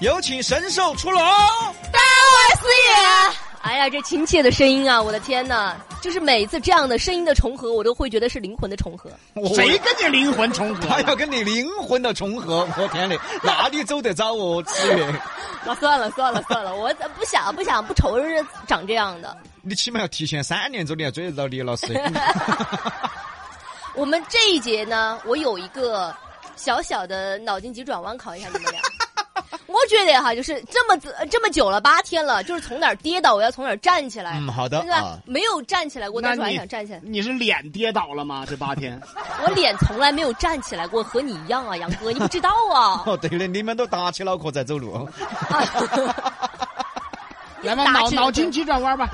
有请神兽出笼。当我是也。哎呀，这亲切的声音啊，我的天哪！就是每次这样的声音的重合，我都会觉得是灵魂的重合。谁跟你灵魂重合他？要跟你灵魂的重合，我天嘞，那你走得早哦，子越，那算了算了算了，我不想不想不愁人家长这样的。你起码要提前三年走，你还追得到李老 师。我们这一节呢，我有一个小小的脑筋急转弯考一下你们俩。我觉得哈，就是这么子这么久了，八天了，就是从哪儿跌倒，我要从哪儿站起来。嗯，好的对吧啊？，没有站起来过，那但是我还你想站起来。你是脸跌倒了吗？这八 天，我脸从来没有站起来过，和你一样啊，杨哥，你不知道啊。哦，对了，你们都打起脑壳在走路。来吧，打脑起来脑筋急转弯吧。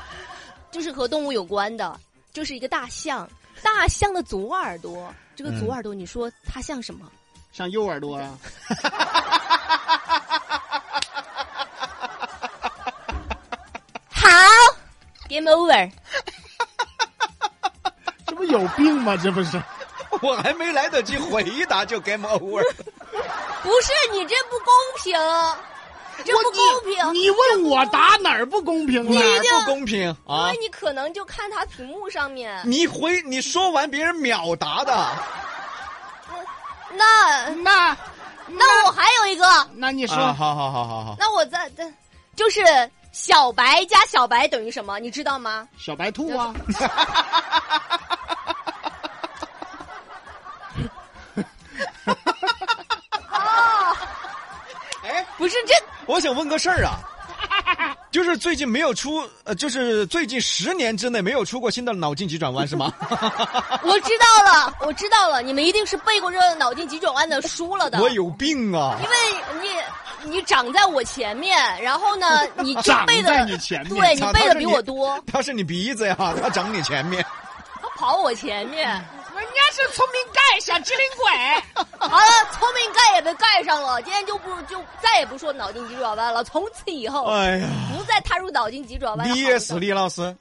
就是和动物有关的，就是一个大象。大象的左耳朵，这个左耳朵，你说它像什么？像右耳朵啊，好，Game Over。 这不有病吗？这不 是，我还没来得及回答就 game over。不是你这不公平，这不公平。你问我答哪儿不公平啊哪了？儿不公平因啊为？你可能就看它屏幕上面，你回你说完别人秒答的那那那我还有一个，那你说，啊！好好好好好，那我再再就是小白加小白等于什么？你知道吗？小白兔啊，不是这我想问个事儿啊，就是最近没有出，呃，就是最近十年之内没有出过新的脑筋急转弯是吗？我知道了，我知道了，你们一定是背过这脑筋急转弯的书了的。我有病啊！因为你你长在我前面，然后呢， 你就长背的在你前面对你长背他的是比你我多，他是你鼻子呀， 他长你前面。他跑我前面。人家是聪明盖小机灵鬼。好了，聪明盖也被盖上了，今天就不就再也不说脑筋急转弯了，从此以后哎呀，不再踏入脑筋急转弯。你也是李老师，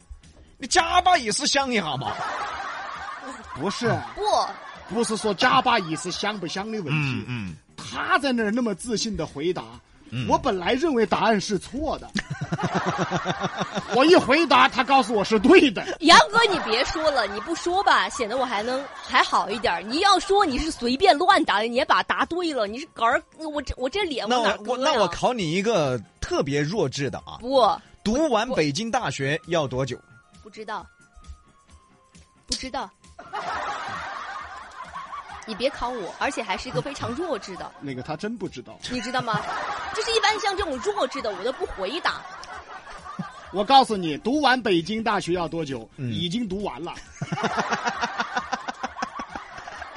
你假巴意思想一下嘛。不是，不， 不是说加巴椅是香不香的问题，嗯，他在那儿那么自信的回答，嗯我本来认为答案是错的， 我一回答他告诉我是对的， 杨哥你别说了，你不说吧，显得我还能还好一点儿。你要说你是随便乱答的，你也把答对了，你是杆儿，我这哎我这脸那哪我搁我那呀我考你一个特别弱智的啊，不读完我北京大学要多久？ 不知道，不知道。你别考我，而且还是一个非常弱智的，那个他真不知道。你知道吗？就是一般像这种弱智的，我都不回答。我告诉你，读完北京大学要多久？嗯已经读完了。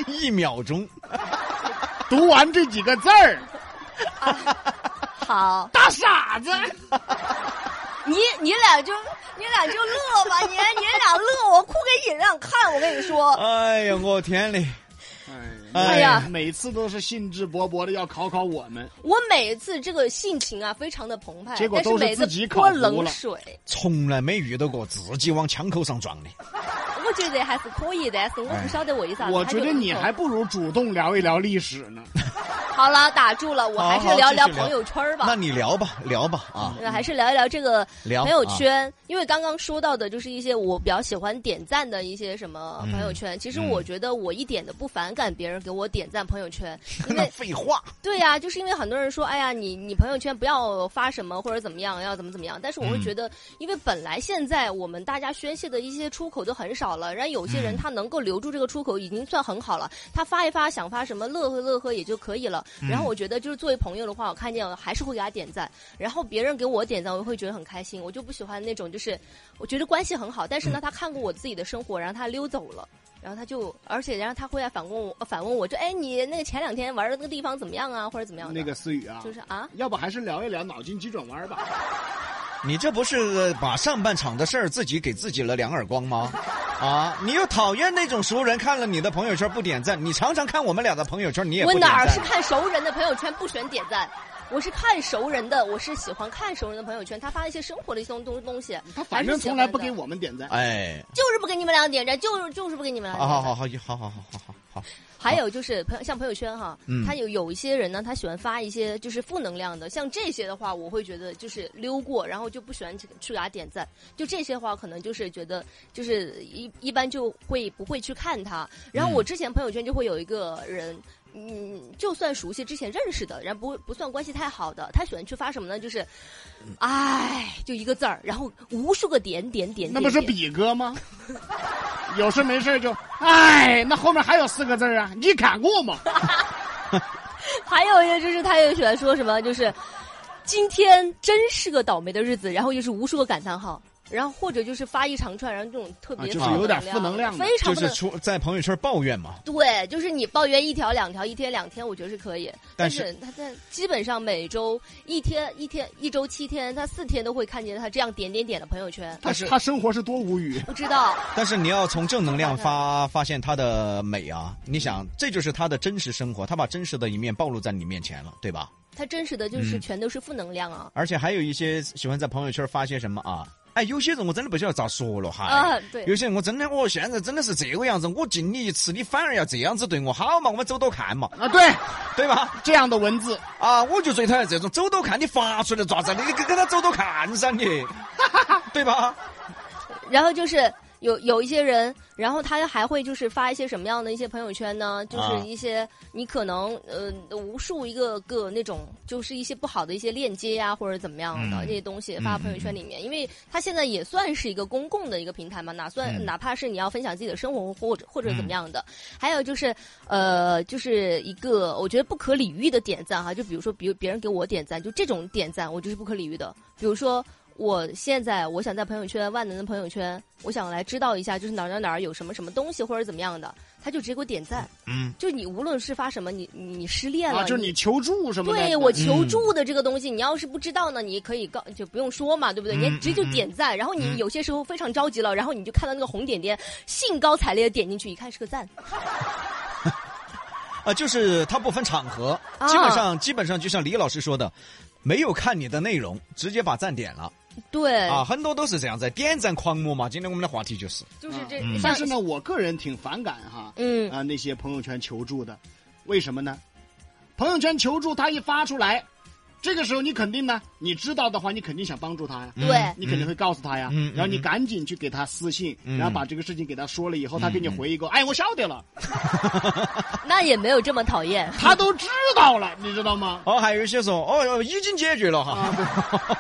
一秒钟。读完这几个字儿，好，大傻子，你你俩就你俩就乐吧，你你俩乐，我哭给你俩看。我跟你说，哎呀，我天嘞！哎呀每次都是兴致勃勃的要考考我们，我每次这个性情啊，非常的澎湃，结果但是都是每次自己考泼糊冷了水，从来没遇到过自己往枪口上撞的。我觉得还是可以的，但是我不晓得为啥。哎我他觉就得你有还不如主动聊一聊历史呢。好了，打住了，我好还是好聊继聊续聊朋友圈儿吧。那你聊吧，聊吧啊，那还是聊一聊这个聊啊朋友圈，因为刚刚说到的就是一些我比较喜欢点赞的一些什么朋友圈。其实我觉得我一点都不反感别人给我点赞朋友圈，因那为废话，对呀、就是因为很多人说，哎呀，你你朋友圈不要发什么或者怎么样，要怎么怎么样。但是我会嗯觉得，因为本来现在我们大家宣泄的一些出口都很少了，然后有些人他能够留住这个出口已经算很好了，他发一发想发什么乐呵乐呵也就可以了。然后我觉得就是作为朋友的话，我看见了还是会给他点赞，然后别人给我点赞，我会觉得很开心。我就不喜欢那种就是我觉得关系很好，嗯但是呢，他看过我自己的生活，然后他溜走了。然后他就，而且然后他会来反问我，反问我，就哎，你那个前两天玩的那个地方怎么样啊，或者怎么样的？那个思雨啊，就是啊，要不还是聊一聊脑筋急转弯吧？你这不是把上半场的事儿自己给自己了两耳光吗？啊，你又讨厌那种熟人看了你的朋友圈不点赞，你常常看我们俩的朋友圈，你也不我点哪赞啊儿。是看熟人的朋友圈不选点赞，我是看熟人的，我是喜欢看熟人的朋友圈，他发一些生活的一些东东东西，他反正从来不给，啊我们点赞。哎，就是不给你们俩点赞，就是就是不给你们俩好点赞。好好好好好好好好好，还有就是朋友像朋友圈哈嗯，他有有一些人呢，他喜欢发一些就是负能量的，像这些的话，我会觉得就是溜过，然后就不喜欢去去给他点赞。就这些话，可能就是觉得就是一一般就会不会去看他。然嗯后我之前朋友圈就会有一个人。嗯，就算熟悉之前认识的，然后不不算关系太好的，他喜欢去发什么呢？就是，唉，就一个字儿，然后无数个点点点点那不是点比哥吗？有事没事就，哎，那后面还有四个字儿啊，你砍过吗？还有一个就是，他又喜欢说什么，就是今天真是个倒霉的日子，然后就是无数个感叹号，然后或者就是发一长串，然后这种特别啊就是负有点负能量的非就常不是能。出在朋友圈抱怨嘛。对，就是你抱怨一条两条，一天两天，我觉得是可以。但但是他在基本上每周一天一天一周七天，他四天都会看见他这样点点点的朋友圈。他是他生活是多无语。不知道，但是你要从正能量发发现它的美啊！你想，这就是他的真实生活，他把真实的一面暴露在你面前了，对吧？他真实的就是嗯全都是负能量啊！而且还有一些喜欢在朋友圈发些什么啊？哎，有些人我真的不晓得咋说了哈。哎啊，对，有些人我真的，我现在真的是这个样子，我敬你一次，你反而要这样子对我好嘛？我们走到看嘛，啊，对，对吧？这样的文字，啊，我就最讨厌这种走到看，你发出来爪子，你跟跟他走到看噻，你， 对吧？然后就是有有一些人，然后他还会就是发一些什么样的一些朋友圈啊呢？就是一些、你可能呃无数一个个那种，就是一些不好的一些链接呀、或者怎么样的、嗯这些东西发到朋友圈里面，因为他现在也算是一个公共的一个平台嘛，哪算、嗯哪怕是你要分享自己的生活或者或者怎么样的，还有就是呃就是一个我觉得不可理喻的点赞哈，就比如说比如别人给我点赞，就这种点赞我就是不可理喻的，比如说。我现在我想在朋友圈，万能的朋友圈，我想来知道一下，就是哪儿哪儿哪儿有什么什么东西或者怎么样的，他就直接给我点赞。嗯，就你无论是发什么，你你你失恋了，啊，就是你求助什么的。对嗯我求助的这个东西，你要是不知道呢，你可以告就不用说嘛，对不对？嗯你直接就点赞，然后你有些时候非常着急了，然后你就看到那个红点点，兴高采烈的点进去，一看是个赞，啊，就是他不分场合，啊基本上基本上就像李老师说的，没有看你的内容，直接把赞点了对，啊，很多都是这样子，点赞狂魔嘛。今天我们的话题就是，就是这嗯。像但是，呢，我个人挺反感哈，嗯，啊，那些朋友圈求助的，为什么呢？朋友圈求助他一发出来，这个时候你肯定呢，你知道的话，你肯定想帮助他呀。对嗯你肯定会告诉他呀，嗯嗯然后你赶紧去给他私信，嗯然后把这个事情给他说了以后，他给你回一个，哎，我晓得了，那也没有这么讨厌。他都知道了，你知道吗？哦，还有一些说，哦哦，已经解决了哈。哦啊，对，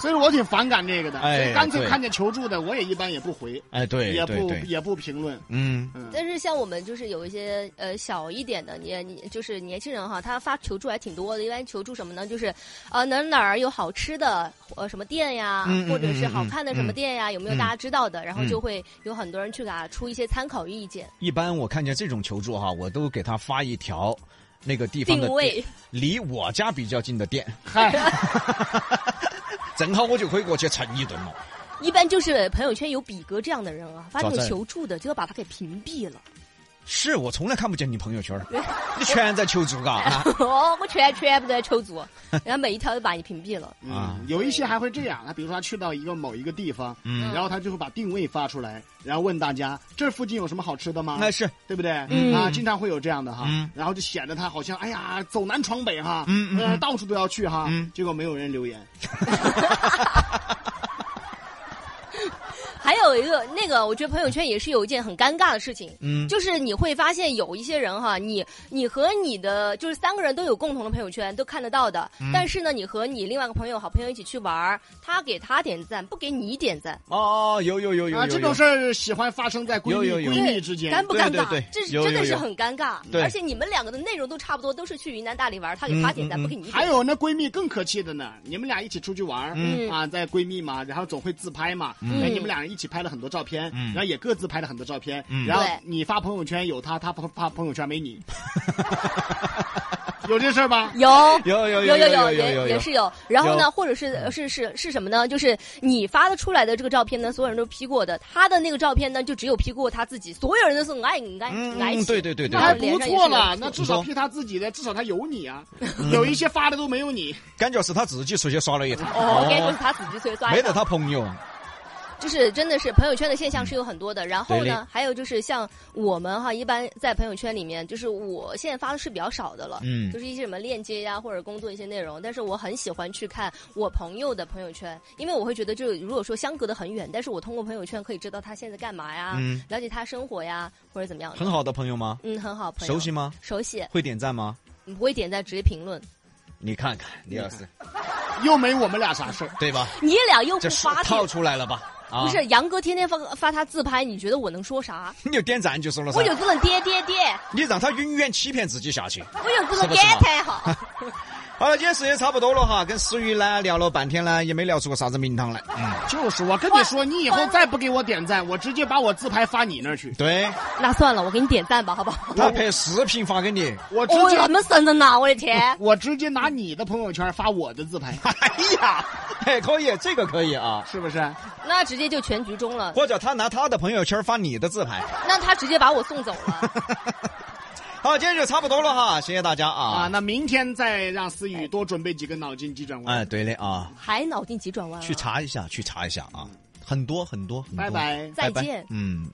所以我挺反感这个的，哎所以干脆对看见求助的，我也一般也不回，哎，对也对不对，也不评论，嗯嗯，但是像我们就是有一些呃小一点的，你你就是年轻人哈，他发求助还挺多的。一般求助什么呢？就是啊、呃哪儿哪儿有好吃的呃什么店呀，嗯嗯或者是嗯好看的什么嗯店呀，有没有嗯大家知道的？然后嗯就会有很多人去给他出一些参考意见，一般我看见这种求助哈，我都给他发一条那个地方的定位店离我家比较近的店，嗨，正好我就可以过去蹭一顿了。 一般就是朋友圈有比格这样的人啊，发这咋种在求助的就要把他给屏蔽了。 是我从来看不见你朋友圈儿，你全在求助嘎 啊哦，我全全部都在求助，然后每一条都把你屏蔽了。啊嗯，有一些还会这样，他比如说他去到一个某一个地方，嗯然后他就会把定位发出来，然后问大家这附近有什么好吃的吗？那哎是对不对？嗯啊，经常会有这样的哈，嗯然后就显得他好像哎呀走南闯北哈，嗯嗯呃嗯到处都要去哈，嗯结果没有人留言，还有一个那个，我觉得朋友圈也是有一件很尴尬的事情，嗯就是你会发现有一些人哈，你你和你的就是三个人都有共同的朋友圈，都看得到的，嗯但是呢，你和你另外一个朋友好朋友一起去玩儿，他给他点赞，不给你点赞，哦，有有有有啊，有这种有事儿喜欢发生在闺有蜜有有闺蜜之间，尴不尴尬？对对对这是有真的有是有很尴尬，对而且你们两个的内容都差不多，都是去云南大理玩儿，他给他点赞，嗯嗯嗯不给你点赞还有那闺蜜更可气的呢，你们俩一起出去玩儿、嗯啊，在闺蜜嘛，然后总会自拍嘛，嗯然后你们俩人一起拍了很多照片，嗯然后也各自拍了很多照片，嗯然后对你发朋友圈有他，他发朋友圈 没你，有这事儿吧？有有有有有有有有也也是有。然后有呢，或者是呃是是是什么呢？就是你发的出来的这个照片呢，所有人都 P 过的，他的那个照片呢，就只有 P 过他自己，所有人都是爱你爱嗯你爱嗯起。对对对对那然后还对，不脸上也是错有啦，那至少你说 P 他自己的，至少他有你啊，嗯有一些发的都没有你，感觉是他自己出去耍了一趟，哦哦哦，该说是他自己催刷的。没得他朋友，就是真的是朋友圈的现象是有很多的。然后对嘞呢，还有就是像我们哈，一般在朋友圈里面，就是我现在发的是比较少的了，嗯就是一些什么链接呀、或者工作一些内容。但是我很喜欢去看我朋友的朋友圈，因为我会觉得，就是如果说相隔的很远，但是我通过朋友圈可以知道他现在干嘛呀，嗯了解他生活呀，或者怎么样的。很好的朋友吗？嗯，很好，朋友熟悉吗？熟悉，会点赞吗？你不会点赞直接评论，你看看，李老师，又没我们俩啥事儿。对 吧？你俩又这不是发帖套出来了吧？啊，不是，杨哥天天发发他自拍，你觉得我能说啥？你有点赞就说了噻我，有这种爹爹爹，你让他永远欺骗自己下去。我有这是种不爹是嘛太好。 好了，今天时间差不多了哈，跟思雨呢聊了半天呢，也没聊出个啥子名堂来。嗯，就是我跟你说，你以后再不给我点赞，我直接把我自拍发你那儿去。对，那算了，我给你点赞吧，好 不好？他拍视频发给你。我直哦，接！那么神人呐！我的天我直接拿你的朋友圈发我的自拍，哎呀，嘿，哎可以，这个可以啊。是不是？那直接就全局终了，或者他拿他的朋友圈发你的自拍。那他直接把我送走了。好，今天就差不多了哈，谢谢大家啊。啊，那明天再让思雨多准备几个脑筋急转弯。哎，对嘞啊，还脑筋急转弯啊，去查一下，去查一下啊，很多很多很多。拜拜。再见。嗯。